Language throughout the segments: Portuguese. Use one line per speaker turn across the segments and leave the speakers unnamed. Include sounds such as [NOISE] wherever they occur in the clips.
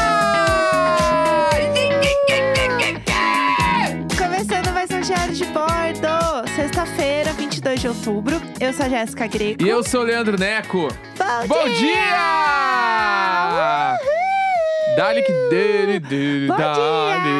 um Demolidor! Sexta-feira, 22 de outubro. Eu sou a Jéssica Greco.
E eu sou o Leandro Neco.
Bom,
Bom
dia!
dia! Dali que dele, dele,
Bom
dali.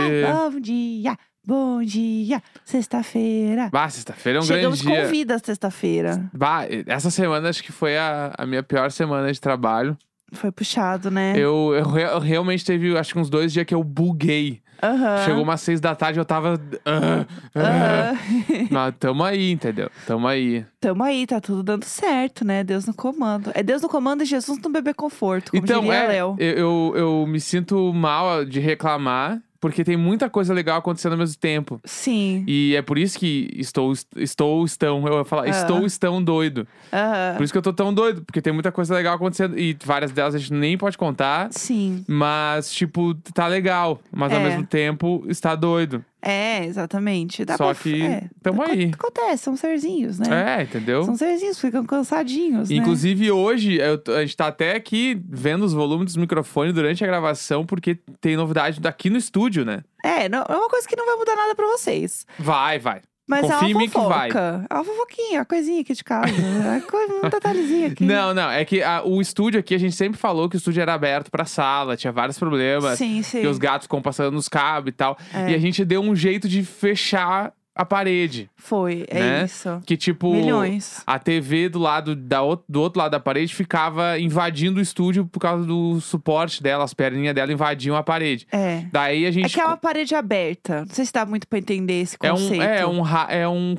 dia! Bom dia! Bom dia! Sexta-feira.
Bah, sexta-feira é um
Chegamos
grande
com
dia.
vida sexta-feira.
Bah, essa semana acho que foi a, a minha pior semana de trabalho.
Foi puxado, né?
Eu, eu re- eu realmente teve, acho que uns dois dias que eu buguei.
Aham.
Chegou umas seis da tarde, eu tava. ah, ah.
Aham.
[LAUGHS]
[LAUGHS]
Mas tamo aí, entendeu? Tamo aí.
Tamo aí, tá tudo dando certo, né? Deus no comando. É Deus no comando e Jesus no bebê conforto, como
então,
diria
é,
Léo.
Eu, eu, eu me sinto mal de reclamar, porque tem muita coisa legal acontecendo ao mesmo tempo.
Sim.
E é por isso que estou, estou, estão, eu ia falar,
Ah.
estou, estão doido.
Aham.
Por isso que eu tô tão doido, porque tem muita coisa legal acontecendo. E várias delas a gente nem pode contar.
Sim.
Mas, tipo, tá legal. Mas ao
É.
mesmo tempo, está doido.
É, exatamente. Dá
Só
pra-
que
é.
tamo
Acon-
aí.
Acontece, são serzinhos, né?
É, entendeu?
São serzinhos, ficam cansadinhos, né?
Inclusive, hoje, eu tô- a gente tá até aqui vendo os volumes dos microfones durante a gravação, porque tem novidade daqui no estúdio, né?
É, não, é uma coisa que não vai mudar nada pra vocês.
Vai, vai.
Mas
Confia
é
em
uma
mim que vai.
fofoca. É uma fofoquinha, uma coisinha aqui de
[LAUGHS]
casa. é coisa- um detalhezinho aqui.
Não, não. É que a- o estúdio aqui, a gente sempre falou que o estúdio era aberto pra sala, tinha vários problemas.
Sim, sim.
Que os gatos ficam passando nos cabos e tal.
É.
E a gente deu um jeito de fechar a parede.
Foi, é
né?
isso.
Que tipo.
Milhões.
A TV do lado da o- do outro lado da parede ficava invadindo o estúdio por causa do suporte dela, as perninhas dela invadiam a parede.
É.
Daí a gente.
É que é uma parede aberta. Não sei se dá muito pra entender esse
É
conceito.
um, é, um, ra- é um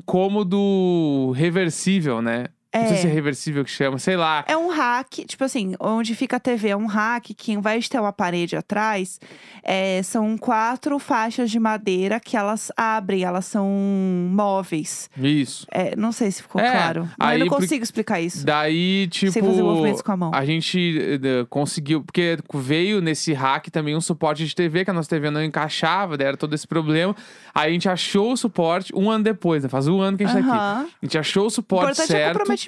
cômodo reversível, né? Não sei
É.
se é reversível que chama, sei lá.
É um rack, tipo assim, onde fica a TV, é um rack que, ao invés de ter uma parede atrás, é, são quatro faixas de madeira que elas abrem, elas são móveis.
Isso.
É, não sei se ficou
É,
claro. Mas
aí
eu não
por-
consigo explicar isso.
Daí, tipo.
Sem fazer movimentos com a mão.
A gente eh, eh, conseguiu, porque veio nesse hack também um suporte de TV, que a nossa TV não encaixava, daí era todo esse problema. Aí a gente achou o suporte um ano depois, né? Faz um ano que a gente tá aqui.
Aham.
A gente achou o suporte
Importante é o
certo,
comprometimento.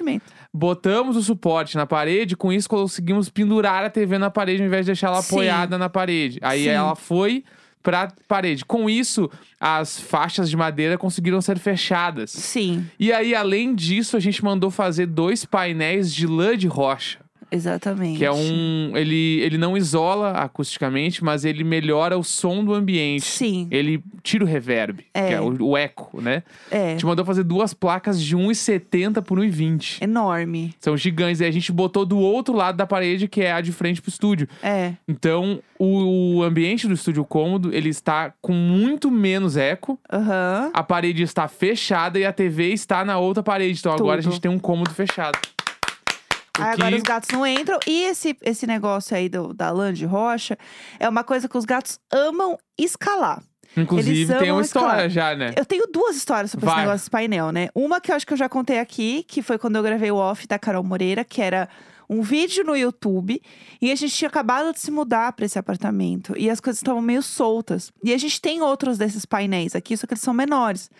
botamos o suporte na parede, com isso conseguimos pendurar a TV na parede ao invés de deixar ela
Sim.
apoiada na parede. Aí
Sim.
ela foi pra parede. Com isso, as faixas de madeira conseguiram ser fechadas.
Sim,
E aí, além disso, a gente mandou fazer dois painéis de lã de rocha.
exatamente.
Que é um. Ele, ele não isola acusticamente, mas ele melhora o som do ambiente.
Sim,
Ele tira o reverb,
É.
que é o, o eco, né? A
é.
gente mandou fazer duas placas de 1,70 por
É.
1,20.
Enorme.
São gigantes. E a gente botou do outro lado da parede, que é a de frente pro estúdio.
É,
Então, o, o ambiente do estúdio cômodo, ele está com muito menos eco.
aham.
A parede está fechada e a TV está na outra parede. Então agora a
Tudo.
gente tem um cômodo fechado. O
Aí agora
que-
os gatos não entram. E esse, esse negócio aí do, da lã de rocha é uma coisa que os gatos amam escalar.
Inclusive,
eles
tem
amam
uma história
escalar.
já, né?
Eu tenho duas histórias sobre
Vai.
esse negócio desse painel, né? Uma que eu acho que eu já contei aqui, que foi quando eu gravei o off da Carol Moreira, que era um vídeo no YouTube. E a gente tinha acabado de se mudar pra esse apartamento. E as coisas estavam meio soltas. E a gente tem outros desses painéis aqui, só que eles são menores.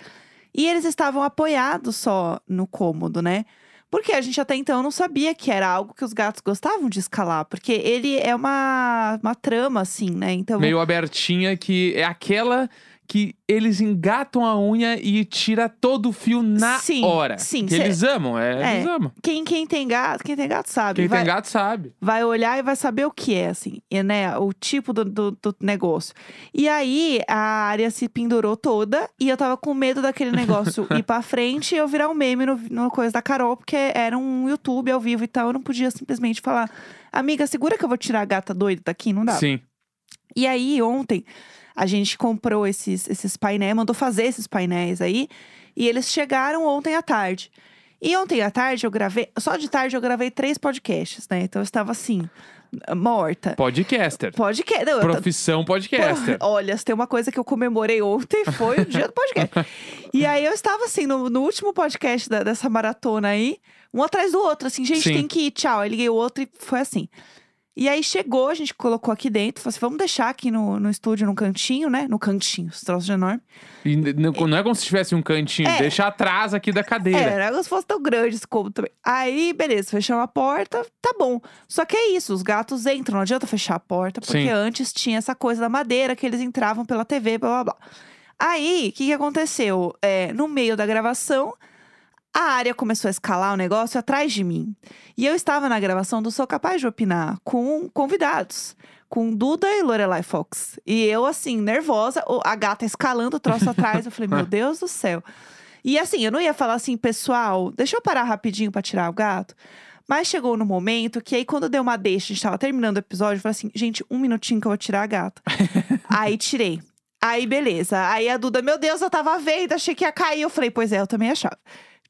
E eles estavam apoiados só no cômodo, né? Porque a gente até então não sabia que era algo que os gatos gostavam de escalar. Porque ele é uma, uma trama, assim, né? Então,
Meio abertinha, que é aquela que eles engatam a unha e tira todo o fio na
Sim,
hora.
sim,
Que
cê-
eles amam, é,
É.
eles amam.
quem, quem tem gato, quem tem gato sabe.
Quem
vai-
tem gato sabe.
vai olhar e vai saber o que é, assim, e, né? O tipo do, do, do negócio. E aí a área se pendurou toda e eu tava com medo daquele negócio ir pra frente e eu virar um meme no, no coisa da Carol, porque era um YouTube ao vivo e tal. Eu não podia simplesmente falar, amiga, segura que eu vou tirar a gata doida daqui, não dá.
Sim.
E aí, ontem, a gente comprou esses, esses painéis, mandou fazer esses painéis aí. E eles chegaram ontem à tarde. E ontem à tarde eu gravei, só de tarde eu gravei três podcasts, né? Então eu estava assim, morta.
Podcaster.
Podcast. Não, eu ta-
Profissão podcaster.
tá- Pô, Olha, se tem uma coisa que eu comemorei ontem foi o dia do podcast. E aí eu estava assim, no, no último podcast da- dessa maratona aí, um atrás do outro, assim, gente,
Sim.
tem que ir, tchau. Aí liguei o outro e foi assim. E aí chegou, a gente colocou aqui dentro, falou assim, vamos deixar aqui no, no estúdio, num cantinho, né? No cantinho, esse troço de enorme.
E n- não não é como se tivesse um cantinho,
É.
deixa atrás aqui da
É,
cadeira.
não é como se fosse tão grande esse cômodo também. Aí, beleza, fechamos a porta, tá bom. Só que é isso, os gatos entram, não adianta fechar a porta, porque
Sim.
antes tinha essa coisa da madeira que eles entravam pela TV, blá blá blá. Aí, o que, que aconteceu? É, no meio da gravação, a área começou a escalar o negócio atrás de mim. E eu estava na gravação do Sou Capaz de Opinar com convidados. Com Duda e Lorelai Fox. E eu, assim, nervosa, o- a gata escalando o troço atrás. Eu falei, meu Deus do céu. E assim, eu não ia falar assim, pessoal, deixa eu parar rapidinho pra tirar o gato. Mas chegou no momento que aí, quando deu uma deixa, a gente tava terminando o episódio, eu falei assim, gente, um minutinho que eu vou tirar a gata.
[LAUGHS]
aí tirei. Aí, beleza. Aí a Duda, meu Deus, eu tava vendo, achei que ia cair. Eu falei, pois é, eu também achava.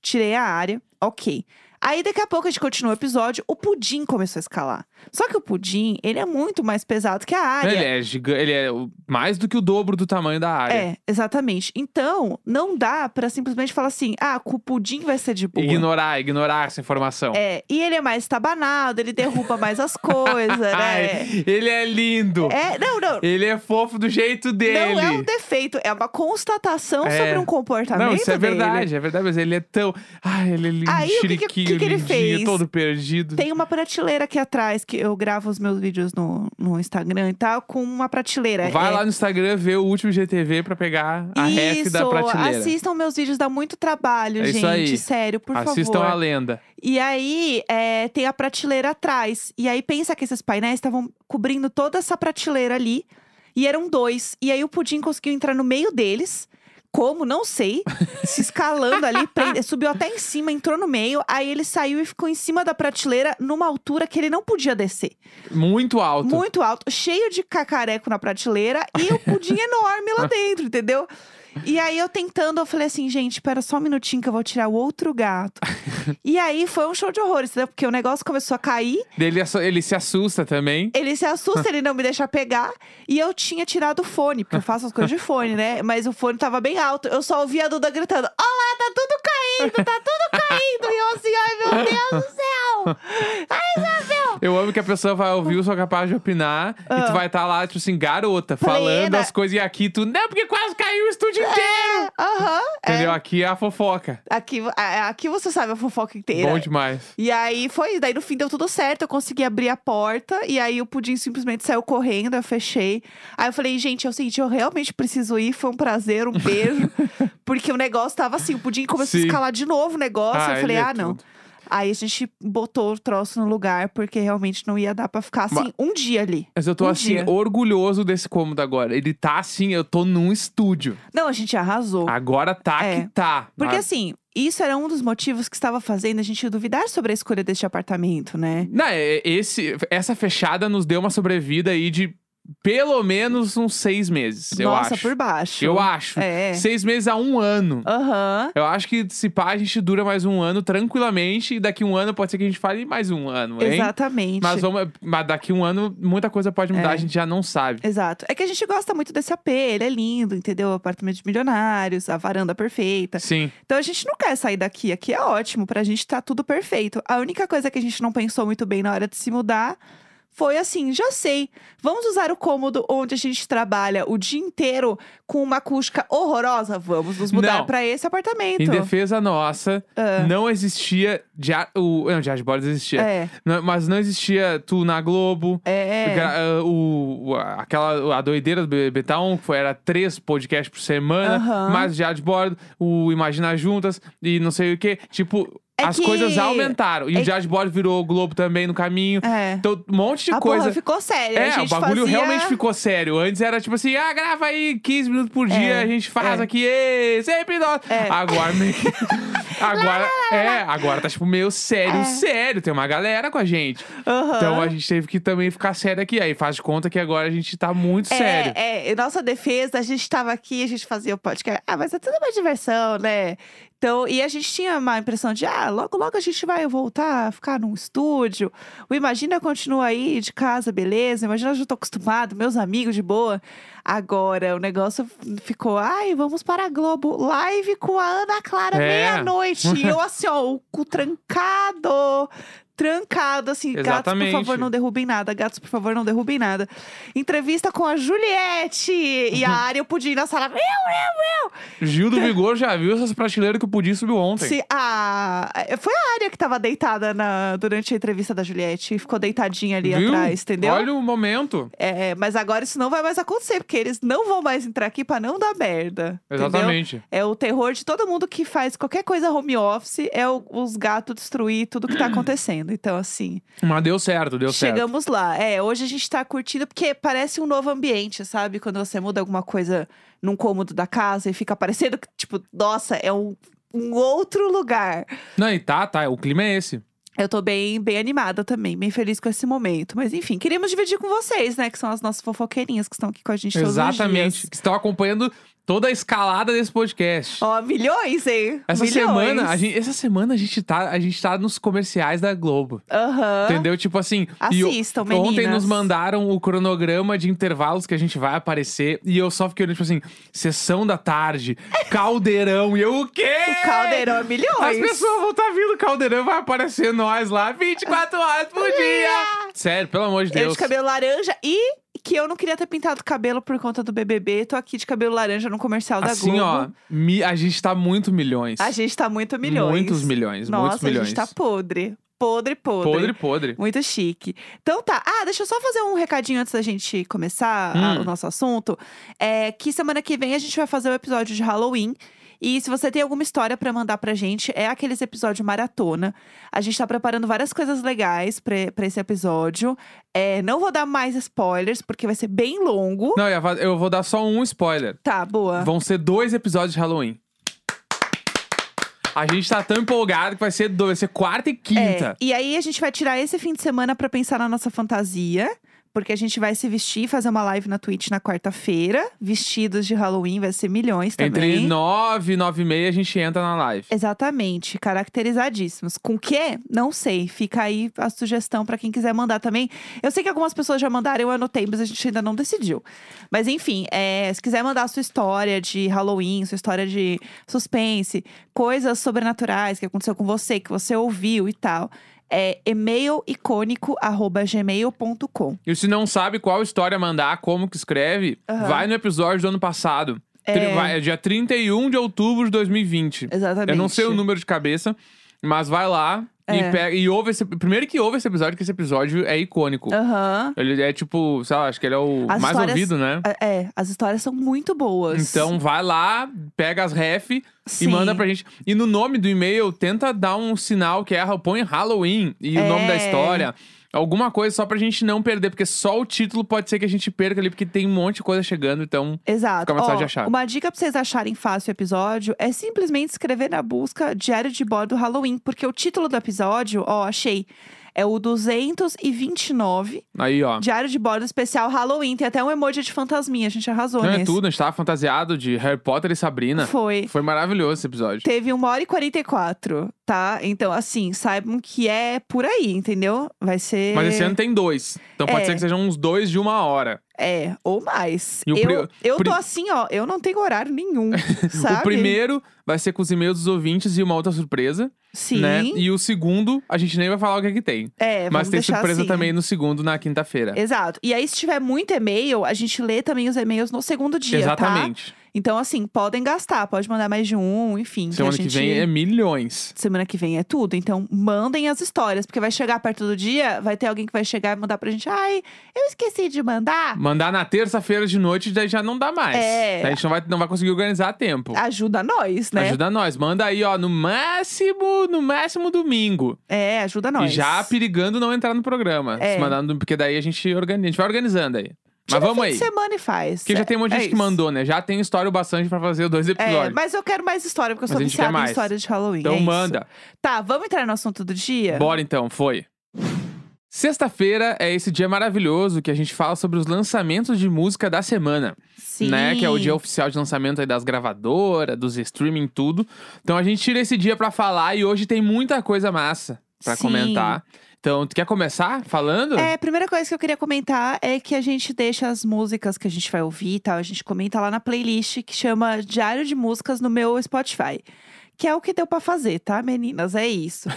Tirei a área, ok. Aí daqui a pouco a gente continua o episódio, o pudim começou a escalar. Só que o pudim, ele é muito mais pesado que a área.
Ele é gigante, ele é o- mais do que o dobro do tamanho da área.
É, exatamente. Então, não dá pra simplesmente falar assim, ah, com o pudim vai ser de boa.
Ignorar, ignorar essa informação.
É, e ele é mais tabanado, ele derruba mais as coisas, né?
[LAUGHS] Ai, ele é lindo.
É, não, não.
Ele é fofo do jeito dele.
Não é um defeito, é uma constatação
É.
sobre um comportamento
Não, isso é
dele.
verdade, é verdade, mas ele é tão. Ai, ele é lindo,
Aí, o que que-
chiriquinho,
que que ele
lindinho,
fez?
todo perdido.
Tem uma prateleira aqui atrás, que eu gravo os meus vídeos no, no Instagram e tal, com uma prateleira.
Vai
É-
lá no Instagram ver o último GTV pra pegar a ref da
Isso,
prateleira.
assistam meus vídeos, dá muito trabalho,
É isso
gente.
aí.
Sério, por
Assistam
favor.
a lenda.
E aí, é, tem a prateleira atrás. E aí, pensa que esses painéis estavam cobrindo toda essa prateleira ali. E eram dois. E aí, o Pudim conseguiu entrar no meio deles. Como? Não sei. Se escalando ali, prende- subiu até em cima, entrou no meio. Aí, ele saiu e ficou em cima da prateleira, numa altura que ele não podia descer.
Muito alto.
Muito alto, cheio de cacareco na prateleira. E o Pudim enorme lá dentro, entendeu? E aí, eu tentando, eu falei assim, gente, espera só um minutinho que eu vou tirar o outro gato. E aí foi um show de horrores, entendeu? Porque o negócio começou a cair,
Ele, ass- ele se assusta também.
ele se assusta, ele não me deixa pegar. E eu tinha tirado o fone, porque eu faço as coisas de fone, né? Mas o fone tava bem alto. Eu só ouvia a Duda gritando: Olá, tá tudo caindo, tá tudo caindo. E eu assim, ai meu Deus do céu! Ai, Isabel!
Eu amo que a pessoa vai ouvir o Sou Capaz de Opinar e tu vai estar lá, tipo assim, garota,
Ah. Plena.
falando as coisas e aqui tu. Não, porque quase caiu o estúdio inteiro!
Aham. é.
Entendeu? Aqui é a fofoca.
Aqui, a- aqui você sabe a fofoca inteira.
Bom demais.
E aí foi, daí no fim deu tudo certo, eu consegui abrir a porta e aí o pudim simplesmente saiu correndo, eu fechei. Aí eu falei, gente, é o seguinte, eu realmente preciso ir, foi um prazer, um
[LAUGHS]
beijo, porque o negócio tava assim, o pudim começou a
Sim.
escalar de novo o negócio,
Ah,
eu falei,
ele é
ah, não.
tudo.
Aí a gente botou o troço no lugar, porque realmente não ia dar pra ficar assim
Mas-
um dia ali.
Mas eu tô
Um
assim,
dia.
orgulhoso desse cômodo agora. Ele tá assim, eu tô num estúdio.
Não, a gente arrasou.
Agora tá
É.
que tá.
Porque
Mas-
assim, isso era um dos motivos que estava fazendo a gente duvidar sobre a escolha deste apartamento, né?
Não, é- é- esse, essa fechada nos deu uma sobrevida aí de pelo menos uns seis meses, eu acho.
Nossa, por baixo.
Eu acho.
É.
Seis meses a um ano.
Aham.
Eu acho que se pá, a gente dura mais um ano tranquilamente. E daqui um ano pode ser que a gente fale mais um ano, hein?
Exatamente.
Mas, vamos, mas daqui um ano muita coisa pode mudar,
É.
a gente já não sabe.
Exato. É que a gente gosta muito desse AP, ele é lindo, entendeu? O apartamento de milionários, a varanda perfeita.
Sim.
Então a gente não quer sair daqui, aqui é ótimo, pra gente tá tudo perfeito. A única coisa que a gente não pensou muito bem na hora de se mudar foi assim, já sei, vamos usar o cômodo onde a gente trabalha o dia inteiro com uma acústica horrorosa, vamos nos mudar
Não.
pra esse apartamento.
Em defesa nossa, não existia. Dia, o, não, Diário de Bordas existia.
Ah. É,
Não, mas não existia tu na Globo.
é, é.
Gra- ah, o, o- a- aquela, a doideira do BBB Town, que foi, era três podcasts por semana,
Aham.
mais o Diário de Bordo, o Imagina Juntas e não sei o quê. Tipo,
É
as
que-
coisas aumentaram. E
é
o Diário de Bordo virou o Globo também no caminho.
É.
Então, um monte de
a
coisa.
porra ficou séria. a
É, o
gente
bagulho
fazia...
realmente ficou sério. Antes era tipo assim, ah, grava aí 15 minutos por dia, a gente faz
é.
aqui, ê, sempre nós.
É. [LAUGHS]
Agora meio que- agora, é, agora tá tipo meio sério, sério. Tem uma galera com a gente.
É. Aham.
Então a gente teve que também ficar sério aqui. Aí faz de conta que agora a gente tá muito sério.
É, é, em nossa defesa, a gente tava aqui, a gente fazia o podcast. Ah, mas é tudo uma diversão, né? Então, e a gente tinha uma impressão de, ah, logo, logo a gente vai voltar a ficar num estúdio. O Imagina continua aí de casa, beleza. Imagina, eu já tô acostumado, meus amigos de boa. Agora, o negócio ficou, ai, vamos para a Globo. Live com a Ana Clara
É.
meia-noite. E eu assim, ó, o cu trancado. trancado, assim, gatos,
Exatamente.
por favor, não derrubem nada, gatos, por favor, não derrubem nada. Entrevista com a Juliette! E a
Uhum.
área eu podia ir na sala. Eu, eu, eu!
Gil do Vigor já viu essas prateleiras que o Pudim subiu ontem.
Se a... é, Foi a área que tava deitada na... durante a entrevista da Juliette e ficou deitadinha ali
Viu?
atrás, entendeu?
Olha o momento.
É, mas agora isso não vai mais acontecer, porque eles não vão mais entrar aqui pra não dar merda. entendeu?
Exatamente.
É o terror de todo mundo que faz qualquer coisa home office, é o- os gatos destruir tudo
[CLEARS THROAT]
que tá acontecendo. Então, assim,
Mas deu certo, deu certo.
chegamos lá. É, hoje a gente tá curtindo, porque parece um novo ambiente, sabe? Quando você muda alguma coisa num cômodo da casa e fica parecendo que, tipo, nossa, é um, um outro lugar.
Não, e tá, tá. O clima é esse.
Eu tô bem, bem animada também, bem feliz com esse momento. Mas enfim, queríamos dividir com vocês, né? Que são as nossas fofoqueirinhas que estão aqui com a gente todos os dias.
Exatamente. Que estão acompanhando toda a escalada desse podcast.
Ó, milhões, hein?
Essa
milhões.
semana, a gente, essa semana a gente tá, a gente tá nos comerciais da Globo.
Aham.
Entendeu? Tipo assim, e o-
Assistam, meninas.
ontem nos mandaram o cronograma de intervalos que a gente vai aparecer e eu só fiquei olhando tipo assim, sessão
[LAUGHS]
da tarde, caldeirão. E eu o quê?
O caldeirão é milhões.
As pessoas vão estar vindo caldeirão, vai aparecer nós
[LAUGHS]
lá 24 horas por dia. Sério, pelo amor de
Eu
Deus.
de cabelo laranja e que eu não queria ter pintado cabelo por conta do BBB. Tô aqui de cabelo laranja no comercial da
Assim,
Globo.
ó, mi- a gente tá muito milhões.
A gente tá muito milhões.
Muitos milhões,
Nossa,
muitos milhões.
a gente tá podre. Podre, podre.
podre, podre.
Muito chique. Então tá. Ah, deixa eu só fazer um recadinho antes da gente começar a-
Hum.
o nosso assunto. É que semana que vem a gente vai fazer o episódio de Halloween. E se você tem alguma história pra mandar pra gente, é aqueles episódios maratona. A gente tá preparando várias coisas legais pra pra esse episódio. É, não vou dar mais spoilers, porque vai ser bem longo.
Não, eu ia fa- eu vou dar só um spoiler.
Tá, boa.
Vão ser dois episódios de Halloween. A gente tá tão empolgado que vai ser dois, vai ser quarta e
É,
quinta.
e aí a gente vai tirar esse fim de semana pra pensar na nossa fantasia. Porque a gente vai se vestir, fazer uma live na Twitch na quarta-feira. Vestidos de Halloween, vai ser milhões também. É.
Entre nove e nove e meia a gente entra na live.
Exatamente, caracterizadíssimos. Com que? Não sei. Fica aí a sugestão pra quem quiser mandar também. Eu sei que algumas pessoas já mandaram, eu anotei, mas a gente ainda não decidiu. Mas enfim, é, se quiser mandar a sua história de Halloween, sua história de suspense, coisas sobrenaturais que aconteceu com você, que você ouviu e tal, é e-mailicônico.gmail.com.
E se não sabe qual história mandar, como que escreve,
Aham.
vai no episódio do ano passado.
É.
Tri- vai- é dia 31 de outubro de 2020.
Exatamente.
Eu não sei o número de cabeça, mas vai lá
É.
e, pega, e ouve esse. Primeiro que ouve esse episódio, que esse episódio é icônico.
Aham.
Ele é tipo, sei lá, acho que ele é o
As
mais
histórias-
ouvido, né?
É, É, as histórias são muito boas.
Então vai lá, pega as ref e
Sim.
manda pra gente. E no nome do e-mail, tenta dar um sinal que é põe Halloween e
É.
o nome da história. Alguma coisa só pra gente não perder, porque só o título pode ser que a gente perca ali, porque tem um monte de coisa chegando, então.
Exato.
Fica mais fácil
Ó,
de achar.
Uma dica pra vocês acharem fácil o episódio é simplesmente escrever na busca Diário de Bordo Halloween, porque o título do episódio, ó, achei. É o 229,
Aí, ó.
Diário de Bordo Especial Halloween. Tem até um emoji de fantasminha, a gente arrasou
Não é
nesse.
tudo, né? a gente tava fantasiado de Harry Potter e Sabrina.
Foi.
Foi maravilhoso esse episódio.
Teve uma hora e 44, tá? Então, assim, saibam que é por aí, entendeu? Vai ser.
Mas esse ano tem dois. Então pode
É.
ser que sejam uns dois de uma hora.
É, ou mais.
E o
eu
pri-
eu
pri-
tô assim, ó, eu não tenho horário nenhum, sabe?
[LAUGHS] O primeiro vai ser com os e-mails dos ouvintes e uma outra surpresa.
Sim.
né? E o segundo, a gente nem vai falar o que é que tem.
É,
Mas
vamos
tem
deixar
surpresa
assim.
também no segundo, na quinta-feira.
Exato. E aí, se tiver muito e-mail, a gente lê também os e-mails no segundo dia, tá?
Exatamente.
Então, assim, podem gastar, pode mandar mais de um, enfim. que a
Semana que
gente-
vem é milhões.
Semana que vem é tudo, então mandem as histórias, porque vai chegar perto do dia, vai ter alguém que vai chegar e mandar pra gente. Ai, eu esqueci de mandar.
Mandar na terça-feira de noite, daí já não dá mais.
Ah. É.
A gente não vai, não vai conseguir organizar a tempo.
Ajuda nós, né?
Ajuda nós. Manda aí, ó, no máximo, no máximo domingo.
É, ajuda nós.
E já perigando não entrar no programa.
É.
Se mandar no- porque daí a gente organiza. A gente vai organizando aí.
Tira
mas vamos
fim
aí.
de semana e faz.
Porque já tem um monte de
É
gente que
isso.
mandou, né? Já tem história o bastante pra fazer dois
É,
episódios.
mas eu quero mais história, porque eu
Mas
sou
a gente quer
viciada em
mais.
história de Halloween.
então
é isso.
manda.
Tá, vamos entrar no assunto do dia?
Bora então, foi. Sexta-feira é esse dia maravilhoso que a gente fala sobre os lançamentos de música da semana,
Sim.
né? Que é o dia oficial de lançamento aí das gravadoras, dos streaming, tudo. Então a gente tira esse dia pra falar e hoje tem muita coisa massa pra
Sim.
comentar. Então, tu quer começar falando?
É, a primeira coisa que eu queria comentar é que a gente deixa as músicas que a gente vai ouvir e tal, a gente comenta lá na playlist que chama Diário de Músicas no meu Spotify. que é o que deu pra fazer, tá, meninas? É isso.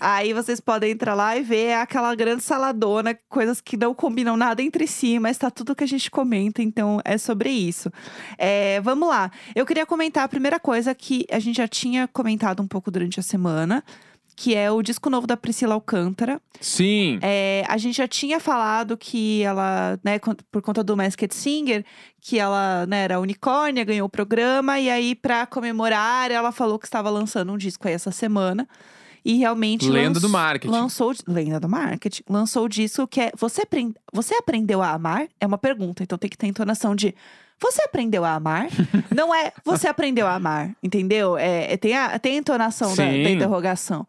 Aí vocês podem entrar lá e ver aquela grande saladona, coisas que não combinam nada entre si, mas tá tudo que a gente comenta, então é sobre isso. É, vamos lá. Eu queria comentar a primeira coisa que a gente já tinha comentado um pouco durante a semana, que é o disco novo da Priscila Alcântara.
Sim.
É, a gente já tinha falado que ela, né, con- por conta do Masked Singer, que ela né, era unicórnia, ganhou o programa, e aí, pra comemorar, ela falou que estava lançando um disco aí essa semana. E realmente.
Lenda
lanç-
do marketing.
Lançou, o di- lenda do marketing. Lançou o disco que é. Você, apren- você aprendeu a amar? É uma pergunta, então tem que ter entonação de. Você aprendeu a
[LAUGHS]
amar? Não é você aprendeu a amar, entendeu? É, é- tem, a, tem a entonação da, da
Sim.
interrogação.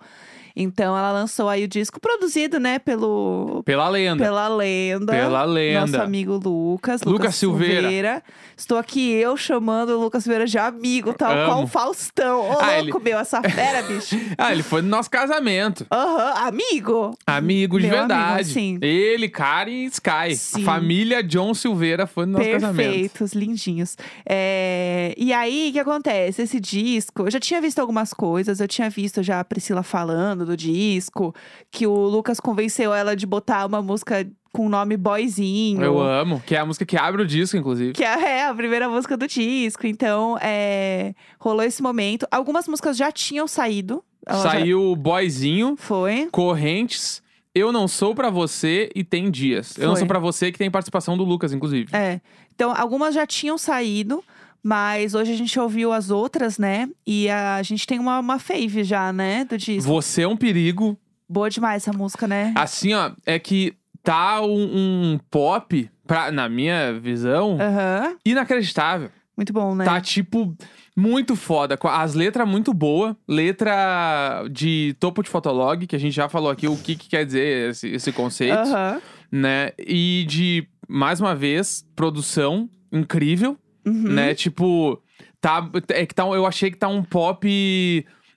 Então ela lançou aí o disco produzido, né, pelo
Pela lenda.
pela lenda.
Pela
Nosso
lenda.
amigo Lucas,
Lucas Silveira.
Estou aqui eu chamando o Lucas Silveira de amigo, tal
Amo.
qual o Faustão. Ô,
Ah,
louco meu, essa fera,
[LAUGHS]
bicho.
Ah, ele foi no nosso casamento.
Aham, amigo.
Amigo de
Meu amigo,
verdade.
sim.
Ele, Karen e Sky.
Sim.
A família John Silveira foi no nosso casamento.
Perfeitos, lindinhos. É, E aí, o que acontece? Esse disco, eu já tinha visto algumas coisas, eu tinha visto já a Priscila falando do disco, que o Lucas convenceu ela de botar uma música com o nome Boyzinho.
Eu amo. Que é a música que abre o disco, inclusive.
Que é a primeira música do disco. Então, é, rolou esse momento. Algumas músicas já tinham saído. Ela já-
Saiu o Boyzinho,
Foi.
Correntes, Eu Não Sou Pra Você e Tem Dias. Eu Não
Foi.
Sou Pra Você, que tem participação do Lucas, inclusive.
É. Então, algumas já tinham saído. Mas hoje a gente ouviu as outras, né? E a gente tem uma, uma fave já, né? Do disco.
Você é um perigo.
Boa demais essa música, né?
Assim, ó, é que tá um, um pop, pra- na minha visão,
Aham.
inacreditável.
Muito bom, né?
Tá, tipo, muito foda. Com As letras muito boa. Letra de topo de fotolog, que a gente já falou aqui o que, que quer dizer esse, esse conceito,
Aham.
né? E de, mais uma vez, produção incrível,
Uhum.
né? Tipo, tá, é que tá, um- eu achei que tá um pop...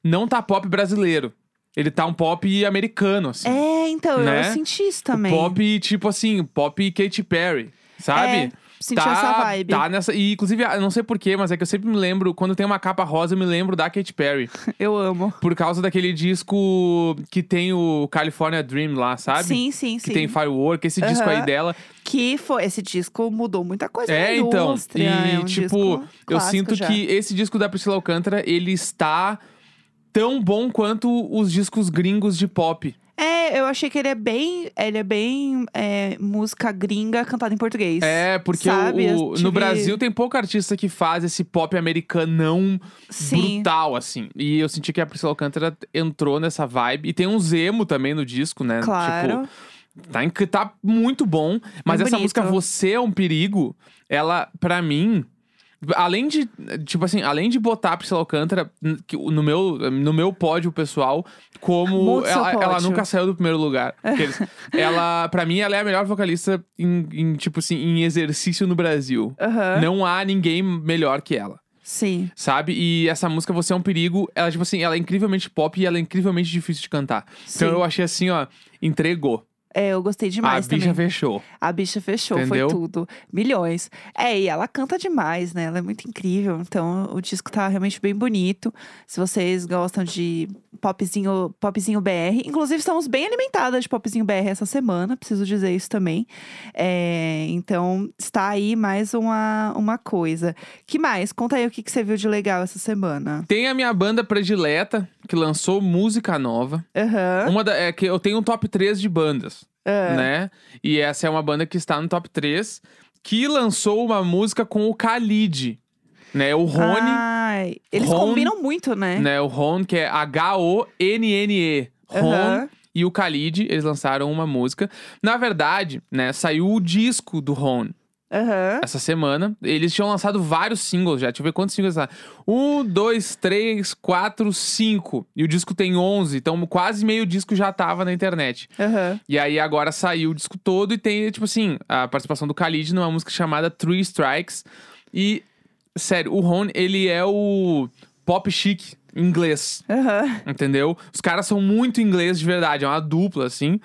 Não tá pop brasileiro. Ele tá um pop americano, assim.
É, então,
Né?
eu senti isso também.
Pop, tipo assim, pop Katy Perry, sabe?
É, senti essa vibe.
Tá nessa. E, inclusive, eu não sei porquê, mas é que eu sempre me lembro, quando tem uma capa rosa, eu me lembro da Katy Perry.
Eu amo.
Por causa daquele disco que tem o California Dream lá, sabe?
Sim, sim,
Que
sim.
tem Firework, esse disco aí
Aham.
dela.
Que foi. Esse disco mudou muita coisa. na
É, então. E,
indústria, é um
tipo,
disco
eu
clássico
sinto
já.
que esse disco da Priscila Alcântara, ele está tão bom quanto os discos gringos de pop.
É, eu achei que ele é bem. Ele é bem é, música gringa cantada em português.
É, porque o-
Sabe,
o-
eu tive-
no Brasil tem pouco artista que faz esse pop americanão
Sim.
brutal, assim. E eu senti que a Priscila Alcântara entrou nessa vibe. E tem um Zemo também no disco, né?
Claro.
Tipo, tá, inc- tá muito bom. Mas
Bem
essa
bonito.
música Você é um Perigo, ela, pra mim. Além de, tipo assim, além de botar a Priscila Alcântara n- que- no meu, no meu pódio pessoal, como
Muito seu
ela, ela
pódio.
nunca saiu do primeiro
[LAUGHS]
lugar. Aqueles- ela, pra mim, ela é a melhor vocalista em, em, tipo assim, em exercício no Brasil.
Aham.
Não há ninguém melhor que ela.
Sim.
Sabe? E essa música, Você é um Perigo, ela, tipo assim, ela é incrivelmente pop e ela é incrivelmente difícil de cantar.
Sim.
Então eu achei assim, ó, entregou.
É, eu gostei demais
a
também.
bicha fechou.
A bicha fechou,
Entendeu?
foi tudo. Milhões. É, e ela canta demais, né? Ela é muito incrível. Então, o disco tá realmente bem bonito. Se vocês gostam de popzinho, popzinho BR. Inclusive, estamos bem alimentadas de popzinho BR essa semana. Preciso dizer isso também. É, então, está aí mais uma, uma coisa. Que mais? Conta aí o que, que você viu de legal essa semana.
Tem a minha banda predileta, que lançou música nova.
Aham.
Uma da, é que eu tenho um top 3 de bandas, né? E essa é uma banda que está no top 3, que lançou uma música com o Khalid, né? O
Ah,
Rony,
Ai, eles
Rony,
combinam muito, né?
né? O Ron, que é H-O-N-N-E. Ron
Aham.
e o Khalid, eles lançaram uma música. Na verdade, né, saiu o disco do Ron
Aham.
essa semana. Eles tinham lançado vários singles já. Deixa eu ver quantos singles lá. Um, dois, três, quatro, cinco. E o disco tem 11, então quase meio disco já tava na internet.
Aham.
E aí agora saiu o disco todo e tem, tipo assim, a participação do Khalid numa música chamada Three Strikes. E, sério, o Ron, ele é o pop chic inglês.
Aham.
Entendeu? Os caras são muito inglês de verdade, é uma dupla, assim.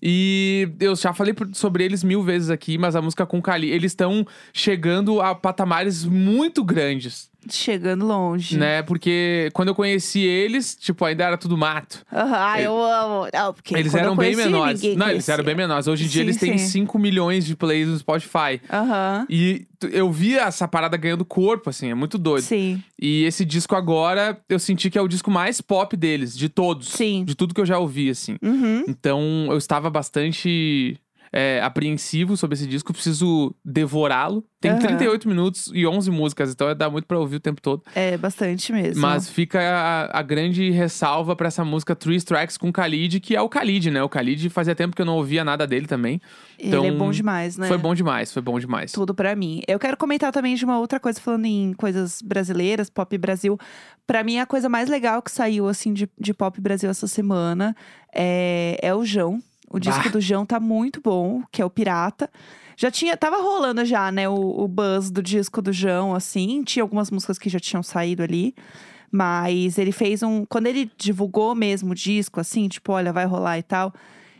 E eu já falei por- sobre eles mil vezes aqui, mas a música com Kali, eles estão chegando a patamares muito grandes.
Chegando longe.
né? Porque quando eu conheci eles, tipo, ainda era tudo mato.
Aham, ai, eu amo. Não, porque
Eles
quando eu
eram bem
conheci,
menores.
ninguém
Não, eles eram bem
conhecia.
menores. Hoje em dia
Sim,
eles têm
sim.
5 milhões de plays no Spotify.
Aham.
E tu- eu vi essa parada ganhando corpo, assim, é muito doido.
Sim,
E esse disco agora, eu senti que é o disco mais pop deles, de todos.
sim.
De tudo que eu já ouvi, assim.
Uhum.
Então, eu estava bastante é, apreensivo sobre esse disco. Preciso devorá-lo. Tem
Aham.
38 minutos e 11 músicas, então dá muito pra ouvir o tempo todo.
É, bastante mesmo.
Mas fica a, a grande ressalva pra essa música Three Strikes com Khalid, que é o Khalid, né? O Khalid fazia tempo que eu não ouvia nada dele também. então,
Ele é bom demais, né?
Foi bom demais, foi bom demais.
Tudo pra mim. Eu quero comentar também de uma outra coisa, falando em coisas brasileiras, pop Brasil. Pra mim, a coisa mais legal que saiu, assim, de, de pop Brasil essa semana é, é o Jão. O disco
Bah.
do Jão tá muito bom, que é o Pirata. Já tinha, tava rolando já, né, o, o buzz do disco do Jão, assim. Tinha algumas músicas que já tinham saído ali. Mas ele fez um. Quando ele divulgou mesmo o disco, assim, tipo, olha, vai rolar e tal.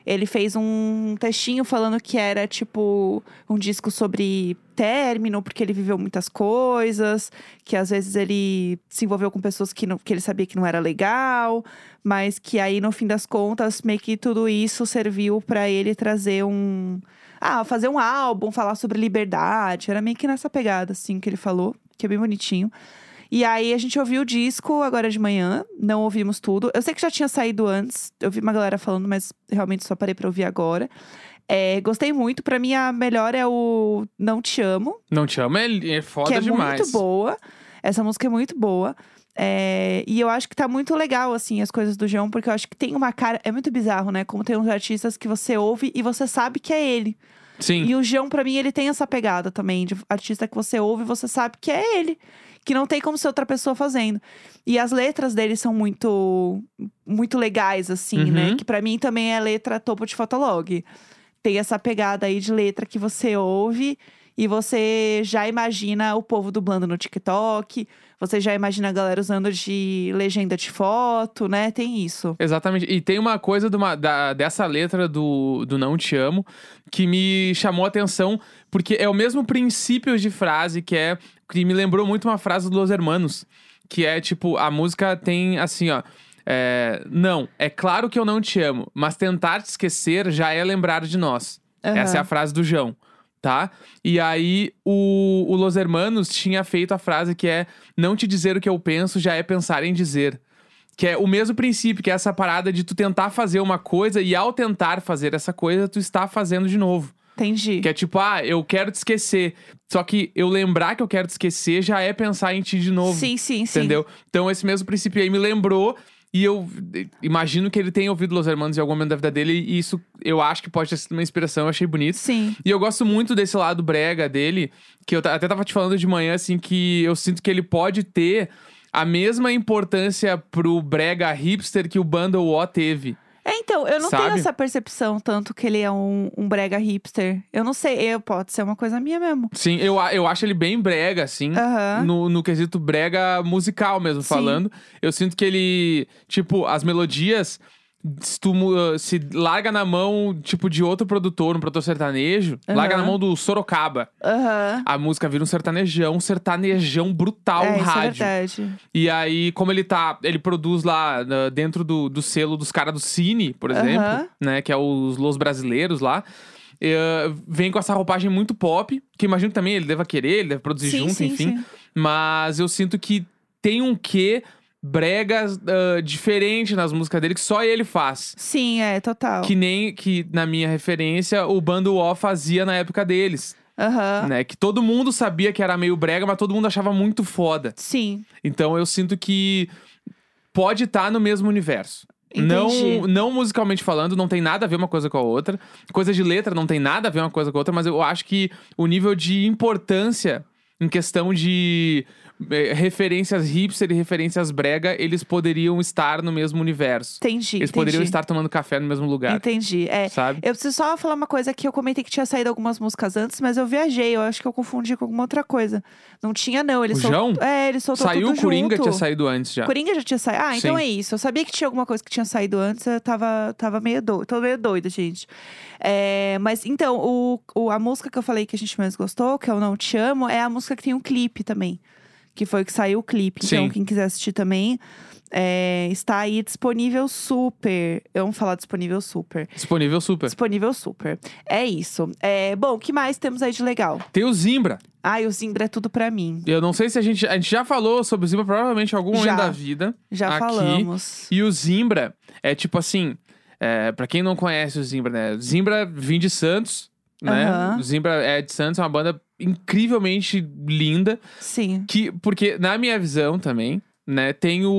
Ele fez um textinho falando que era, tipo, um disco sobre término, porque ele viveu muitas coisas, que às vezes ele se envolveu com pessoas que, não, que ele sabia que não era legal, mas que aí, no fim das contas, meio que tudo isso serviu pra ele trazer um. Ah, fazer um álbum, falar sobre liberdade. Era meio que nessa pegada, assim, que ele falou, que é bem bonitinho. E aí a gente ouviu o disco agora de manhã, não ouvimos tudo. Eu sei que já tinha saído antes, eu vi uma galera falando, mas realmente só parei pra ouvir agora. É, gostei muito, pra mim a melhor é o Não Te Amo,
Não te ama, é, é foda
que é
demais.
muito boa. Essa música é muito boa. É, e eu acho que tá muito legal, assim, as coisas do João, porque eu acho que tem uma cara. É muito bizarro, né? Como tem uns artistas que você ouve e você sabe que é ele.
Sim.
E o João, pra mim, ele tem essa pegada também de artista que você ouve e você sabe que é ele. Que não tem como ser outra pessoa fazendo. E as letras dele são muito muito legais, assim,
Uhum.
né? Que pra mim também é letra topo de fotolog. Tem essa pegada aí de letra que você ouve e você já imagina o povo dublando no TikTok, você já imagina a galera usando de legenda de foto, né? Tem isso.
Exatamente. E tem uma coisa de uma- da- dessa letra do, do Não Te Amo que me chamou a atenção, porque é o mesmo princípio de frase que é. que me lembrou muito uma frase dos Los Hermanos, que é tipo: a música tem assim, ó. é, não, é claro que eu não te amo, mas tentar te esquecer já é lembrar de nós. Essa é a frase do João, tá? E aí o, o Los Hermanos tinha feito a frase que é: não te dizer o que eu penso já é pensar em dizer. Que é o mesmo princípio, que é essa parada de tu tentar fazer uma coisa e ao tentar fazer essa coisa, tu está fazendo de novo.
Entendi.
Que é tipo, ah, eu quero te esquecer. Só que eu lembrar que eu quero te esquecer já é pensar em ti de novo.
Sim, sim, sim.
Entendeu? Então esse mesmo princípio aí me lembrou. E eu eh, imagino que ele tenha ouvido Los Hermanos em algum momento da vida dele. E isso eu acho que pode ter sido uma inspiração, eu achei bonito.
Sim.
E eu gosto muito desse lado brega dele, que eu ta- até tava te falando de manhã, assim, que eu sinto que ele pode ter a mesma importância pro brega hipster que o Bundle O teve.
É, então, eu não tenho
Sabe?
essa percepção tanto que ele é um, um brega hipster. Eu não sei, eu, pode ser uma coisa minha mesmo.
Sim, eu, a- eu acho ele bem brega, assim.
Aham.
No, no quesito brega musical mesmo,
Sim.
falando. Eu sinto que ele, tipo, as melodias se tu mu- se larga na mão, tipo, de outro produtor, um produtor sertanejo,
Aham.
larga na mão do Sorocaba.
Aham.
A música vira um sertanejão, um sertanejão brutal,
é, isso é
rádio.
verdade.
E aí, como ele tá, ele produz lá né, dentro do, do selo dos caras do Cine, por
Aham.
exemplo, né? Que é os Los Brasileiros lá. eh, vem com essa roupagem muito pop, que imagino que também ele deva querer, ele deve produzir
sim,
junto,
sim,
enfim.
sim.
Mas eu sinto que tem um quê bregas ah, diferente nas músicas dele que só ele faz.
Sim, é, total.
Que nem que, na minha referência, o Bando O fazia na época deles,
Aham.
né? Que todo mundo sabia que era meio brega, mas todo mundo achava muito foda.
Sim.
Então eu sinto que pode estar no mesmo universo. Não,
Entendi.
não musicalmente falando, não tem nada a ver uma coisa com a outra. Coisa de letra não tem nada a ver uma coisa com a outra, mas eu acho que o nível de importância em questão de eh, referências hipster e referências brega, eles poderiam estar no mesmo universo.
Entendi.
Eles
entendi.
poderiam estar tomando café no mesmo lugar,
Entendi. É.
sabe?
Eu preciso só falar uma coisa que eu comentei que tinha saído algumas músicas antes, mas eu viajei, eu acho que eu confundi com alguma outra coisa. Não tinha, não. Ele
O
soltou.
João?
É, ele soltou
Saiu o
tudo
Coringa,
junto.
tinha saído antes já.
Coringa já tinha saído? Ah, então
É. Sim.
é isso. Eu sabia que tinha alguma coisa que tinha saído antes, eu tava, tava meio doida. Tô meio doida, gente. É, mas então, é o, o- a música que eu falei que a gente mais gostou, que eu Não Te Amo, é a música que tem um clipe também. que foi o que saiu o clipe. Então,
Sim.
quem quiser assistir também, é, está aí disponível super. Eu vou falar disponível super.
Disponível super.
Disponível super. É isso. É, bom, o que mais temos aí de legal?
Tem o Zimbra.
Ai, o Zimbra é tudo pra mim.
Eu não sei se a gente. A gente já falou sobre o Zimbra, provavelmente em algum
Já.
momento da vida.
Já
aqui.
falamos.
E o Zimbra é tipo assim. É, para quem não conhece o Zimbra, né? Zimbra vim de Santos, né?
Aham.
O Zimbra é de Santos, é uma banda incrivelmente linda.
Sim.
Que, porque, na minha visão também, né, tem o,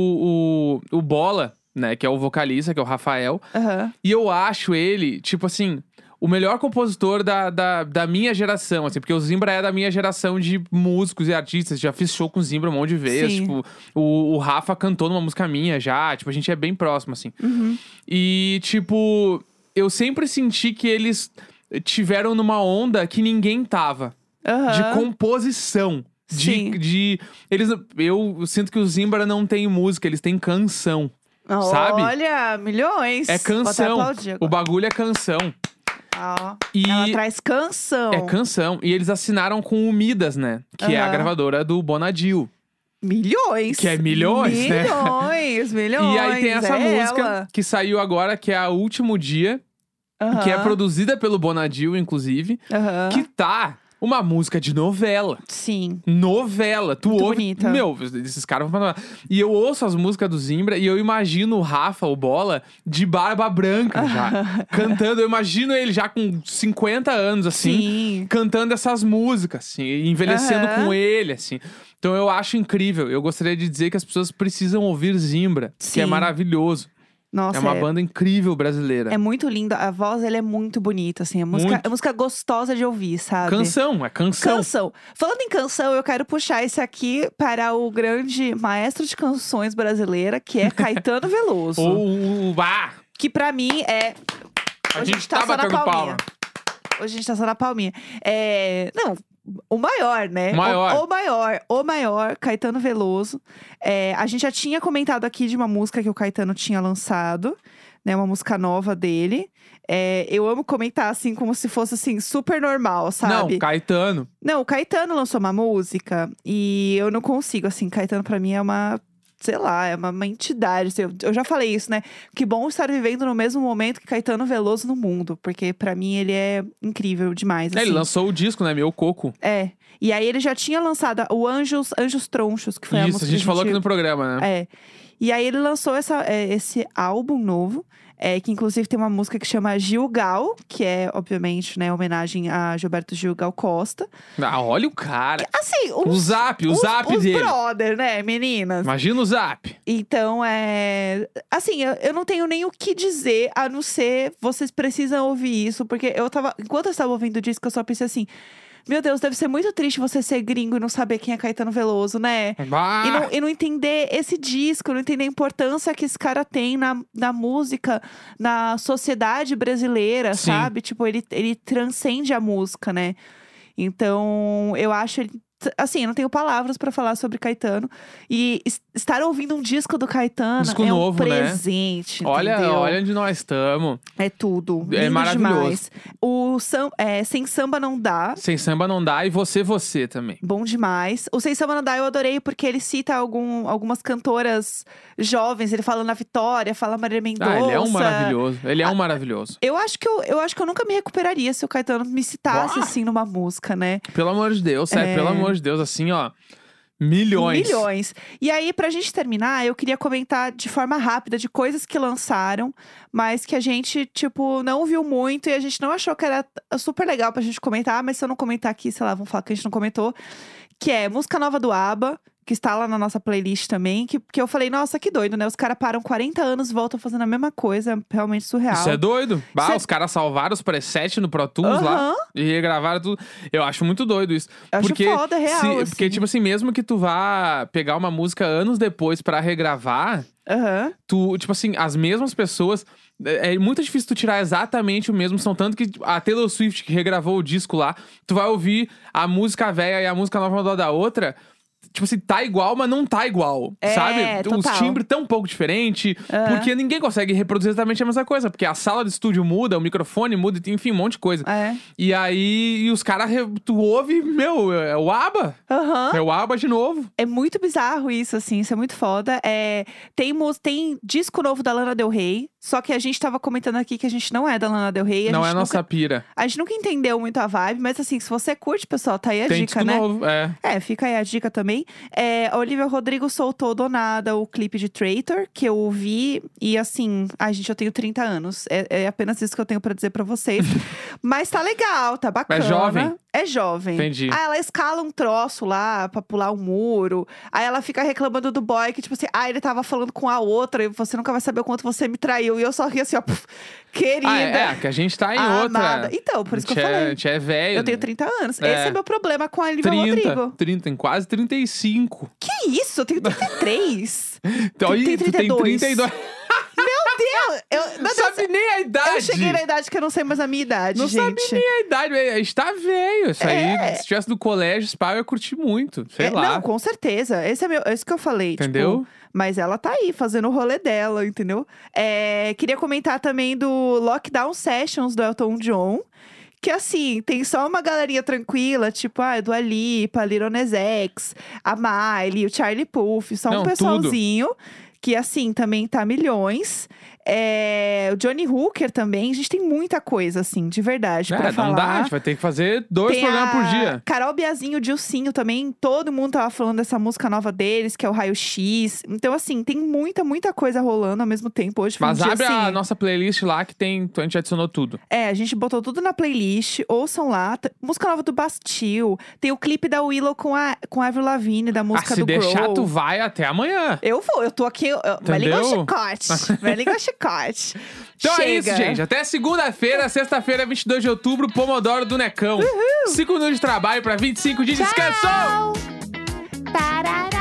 o, o, o Bola, né? Que é o vocalista, que é o Rafael.
Aham.
E eu acho ele, tipo assim, o melhor compositor da, da, da minha geração, assim, porque o Zimbra é da minha geração de músicos e artistas. Já fiz show com o Zimbra um monte de vezes.
Sim.
Tipo, o, o Rafa cantou numa música minha já. Tipo, a gente é bem próximo, assim.
Uhum.
E, tipo, eu sempre senti que eles tiveram numa onda que ninguém tava de
Aham.
composição.
Sim.
De, de. Eles. Eu sinto que o Zimbra não tem música, eles têm canção. sabe?
Olha, milhões.
É canção.
Vou até aplaudir
O
agora.
bagulho é canção.
Ah, ó.
E
Ela traz canção.
é canção. E eles assinaram com o Midas, né? Que é a
Aham.
gravadora do Bonadio.
Milhões.
Que é milhões, né? [LAUGHS]
Milhões, milhões.
e aí tem essa
é
música
ela.
que saiu agora, que é a Último Dia, que é
Aham,
produzida pelo Bonadio, inclusive,
aham.
que tá uma música de novela.
Sim.
Novela, tu
Muito
ouve.
bonita.
Meu, esses caras vão pra novela. E eu ouço as músicas do Zimbra e eu imagino o Rafa, o Bola, de barba branca já, cantando. Eu imagino ele já com 50 anos, assim,
Sim.
cantando essas músicas, assim, e envelhecendo
Aham.
com ele, assim. Então eu acho incrível. Eu gostaria de dizer que as pessoas precisam ouvir Zimbra, que é
Sim.
maravilhoso.
Nossa,
é uma banda incrível brasileira.
é muito linda. A voz ela é muito bonita, assim. É música,
Muito.
é música gostosa de ouvir, sabe?
canção, é canção.
Canção. Falando em canção, eu quero puxar esse aqui para o grande maestro de canções brasileira, que
[LAUGHS]
é Caetano Veloso.
Ou o ah,
Que pra mim é.
A
Hoje
gente tá
só na
batendo
palminha.
palma.
Hoje a gente tá só na palminha. É, Não, o maior, né?
O maior.
O, o maior, o maior, Caetano Veloso. É, a gente já tinha comentado aqui de uma música que o Caetano tinha lançado, né? Uma música nova dele. É, eu amo comentar assim, como se fosse assim, super normal, sabe?
Não, Caetano.
Não, o Caetano lançou uma música e eu não consigo, assim, Caetano pra mim é uma, sei lá, é uma, uma entidade. assim, eu, eu já falei isso, né? Que bom estar vivendo no mesmo momento que Caetano Veloso no mundo, porque pra mim ele é incrível demais.
É, Ele
assim.
lançou o disco, né? Meu Coco.
É. E aí ele já tinha lançado o Anjos, Anjos Tronchos, que foi a
Isso,
música
a gente
que
falou aqui no programa, né?
É. E aí ele lançou essa, é, esse álbum novo, é, que inclusive tem uma música que chama Gil Gal, que é, obviamente, né, homenagem a Gilberto Gil Gal Costa.
Ah, olha o cara.
Assim, um
O zap, o
É. os,
zap
os
dele.
brother, né, meninas?
Imagina o zap.
Então, é. Assim, eu, eu não tenho nem o que dizer, a não ser vocês precisam ouvir isso, porque eu tava. Enquanto eu estava ouvindo o disco, eu só pensei assim: Meu Deus, deve ser muito triste você ser gringo e não saber quem é Caetano Veloso, né?
Ah,
E não, e não entender esse disco, não entender a importância que esse cara tem na, na música, na sociedade brasileira,
Sim.
sabe? Tipo, ele, ele transcende a música, né? Então, eu acho ele. Assim, eu não tenho palavras pra falar sobre Caetano. E es- estar ouvindo um disco do Caetano
Disco
é um
novo, né?
presente.
olha,
entendeu?
olha onde nós estamos.
É tudo.
É
Lindo
maravilhoso.
Demais. O sam, é, Sem Samba Não Dá.
Sem samba não dá. E você, você também.
Bom demais. O Sem Samba Não Dá eu adorei porque ele cita algum- algumas cantoras jovens. Ele fala na Vitória, fala Maria Mendonça.
Ah, ele é um maravilhoso. Ele é
Ah,
um maravilhoso.
Eu acho, que eu, eu acho que eu nunca me recuperaria se o Caetano me citasse,
Uau!
assim, numa música, né?
Pelo amor de Deus, sério.
É.
Pelo amor de Deus, assim, ó. Milhões.
Milhões. E aí, pra gente terminar, eu queria comentar de forma rápida de coisas que lançaram, mas que a gente, tipo, não viu muito e a gente não achou que era t- super legal pra gente comentar, mas se eu não comentar aqui, sei lá, vão falar que a gente não comentou. Que é música nova do ABBA, que está lá na nossa playlist também, que, que eu falei, nossa, que doido, né? Os caras param 40 anos e voltam fazendo a mesma coisa, é realmente surreal.
Isso é doido. Bah,
Isso é-
Os caras salvaram os presets no Pro Tools lá
Aham,
e regravaram tudo. Eu acho muito doido isso.
eu acho
porque
foda, real.
se-
assim.
Porque, tipo assim, mesmo que tu vá pegar uma música anos depois pra regravar,
Aham,
tu, tipo assim, as mesmas pessoas. É é muito difícil tu tirar exatamente o mesmo som. Tanto que a Taylor Swift, que regravou o disco lá, tu vai ouvir a música velha e a música nova uma do lado da outra. Tipo assim, tá igual, mas não tá igual.
É,
sabe? Os
total.
timbres tão um pouco diferente, porque ninguém consegue reproduzir exatamente a mesma coisa. Porque a sala de estúdio muda, o microfone muda, enfim, um monte de coisa.
É.
E aí, e os caras, re- tu ouve, meu, é o ABBA.
Aham.
É o ABBA de novo.
É muito bizarro isso, assim, isso é muito foda. É, tem, mus- tem disco novo da Lana Del Rey, só que a gente tava comentando aqui que a gente não é da Lana Del Rey. A
não é
gente
a
nunca,
nossa pira.
A gente nunca entendeu muito a vibe, mas assim, se você curte, pessoal, tá aí a
Tem
dica,
disco
né?
novo. É.
É, fica aí a dica também. É, a Olivia Rodrigo soltou do nada o clipe de Traitor, que eu ouvi. E assim, ai gente, eu tenho 30 anos. É, é apenas isso que eu tenho pra dizer pra
[LAUGHS]
vocês. Mas tá legal, tá bacana.
jovem?
É jovem.
Entendi.
Aí ela escala um troço lá pra pular um muro. Aí ela fica reclamando do boy, que tipo assim, ah, ele tava falando com a outra e você nunca vai saber o quanto você me traiu. E eu só ri assim, ó, puf, querida.
Ah, é, é, que a gente tá em
amada.
outra.
Então, por isso que eu
A gente é-
falei.
A gente é velho.
Eu tenho 30 anos.
É.
Esse é meu problema com a Olivia
30,
Rodrigo.
30, em quase 35.
Que isso? Eu tenho 33?
[LAUGHS] Então, aí,
tem
tu tem
32.
32.
Meu Deus! Eu, meu Deus,
sabe nem a idade.
eu cheguei na idade que eu não sei mais a minha idade,
Não
gente.
sabe nem a idade. A gente tá velho. Isso
É.
aí, se tivesse no colégio, spa, eu ia curtir muito. Sei
É,
lá.
Não, com certeza. Esse é meu, é isso que eu falei. tipo,
Entendeu?
mas ela tá aí, fazendo o rolê dela, entendeu? É, queria comentar também do Lockdown Sessions do Elton John. Que assim, tem só uma galerinha tranquila, tipo a Dua Lipa, Lil Nas X, a Miley, o Charlie Puff. Só
Não,
um
tudo.
pessoalzinho. Que assim, também tá milhões. É, o Johnny Hooker também. A gente tem muita coisa, assim, de verdade,
É,
pra
não
falar.
dá, a gente vai ter que fazer dois
Tem
programas
a
por dia.
Carol Biazinho, Dilcinho também, todo mundo tava falando dessa música nova deles, que é o Raio X. Então, assim, tem muita, muita coisa rolando ao mesmo tempo hoje. foi um
Mas
dia,
abre a
assim,
nossa playlist lá que tem. A gente adicionou tudo. Ah,
É, a gente botou tudo na playlist, ouçam lá. T- Música nova do Bastille, tem o clipe da Willow com a, com a Avril Lavigne, da música
ah, se
do Grow.
deixar, tu vai até amanhã.
Eu vou, eu tô aqui, eu, vai ligar o
Entendeu?
chicote,
[LAUGHS]
vai ligar o chicote.
Então
Chega.
é isso, gente. Até segunda-feira, sexta-feira, 22 de outubro, Pomodoro do Necão. 5 minutos de trabalho pra 25 de descanso.
Tchau! Tarará.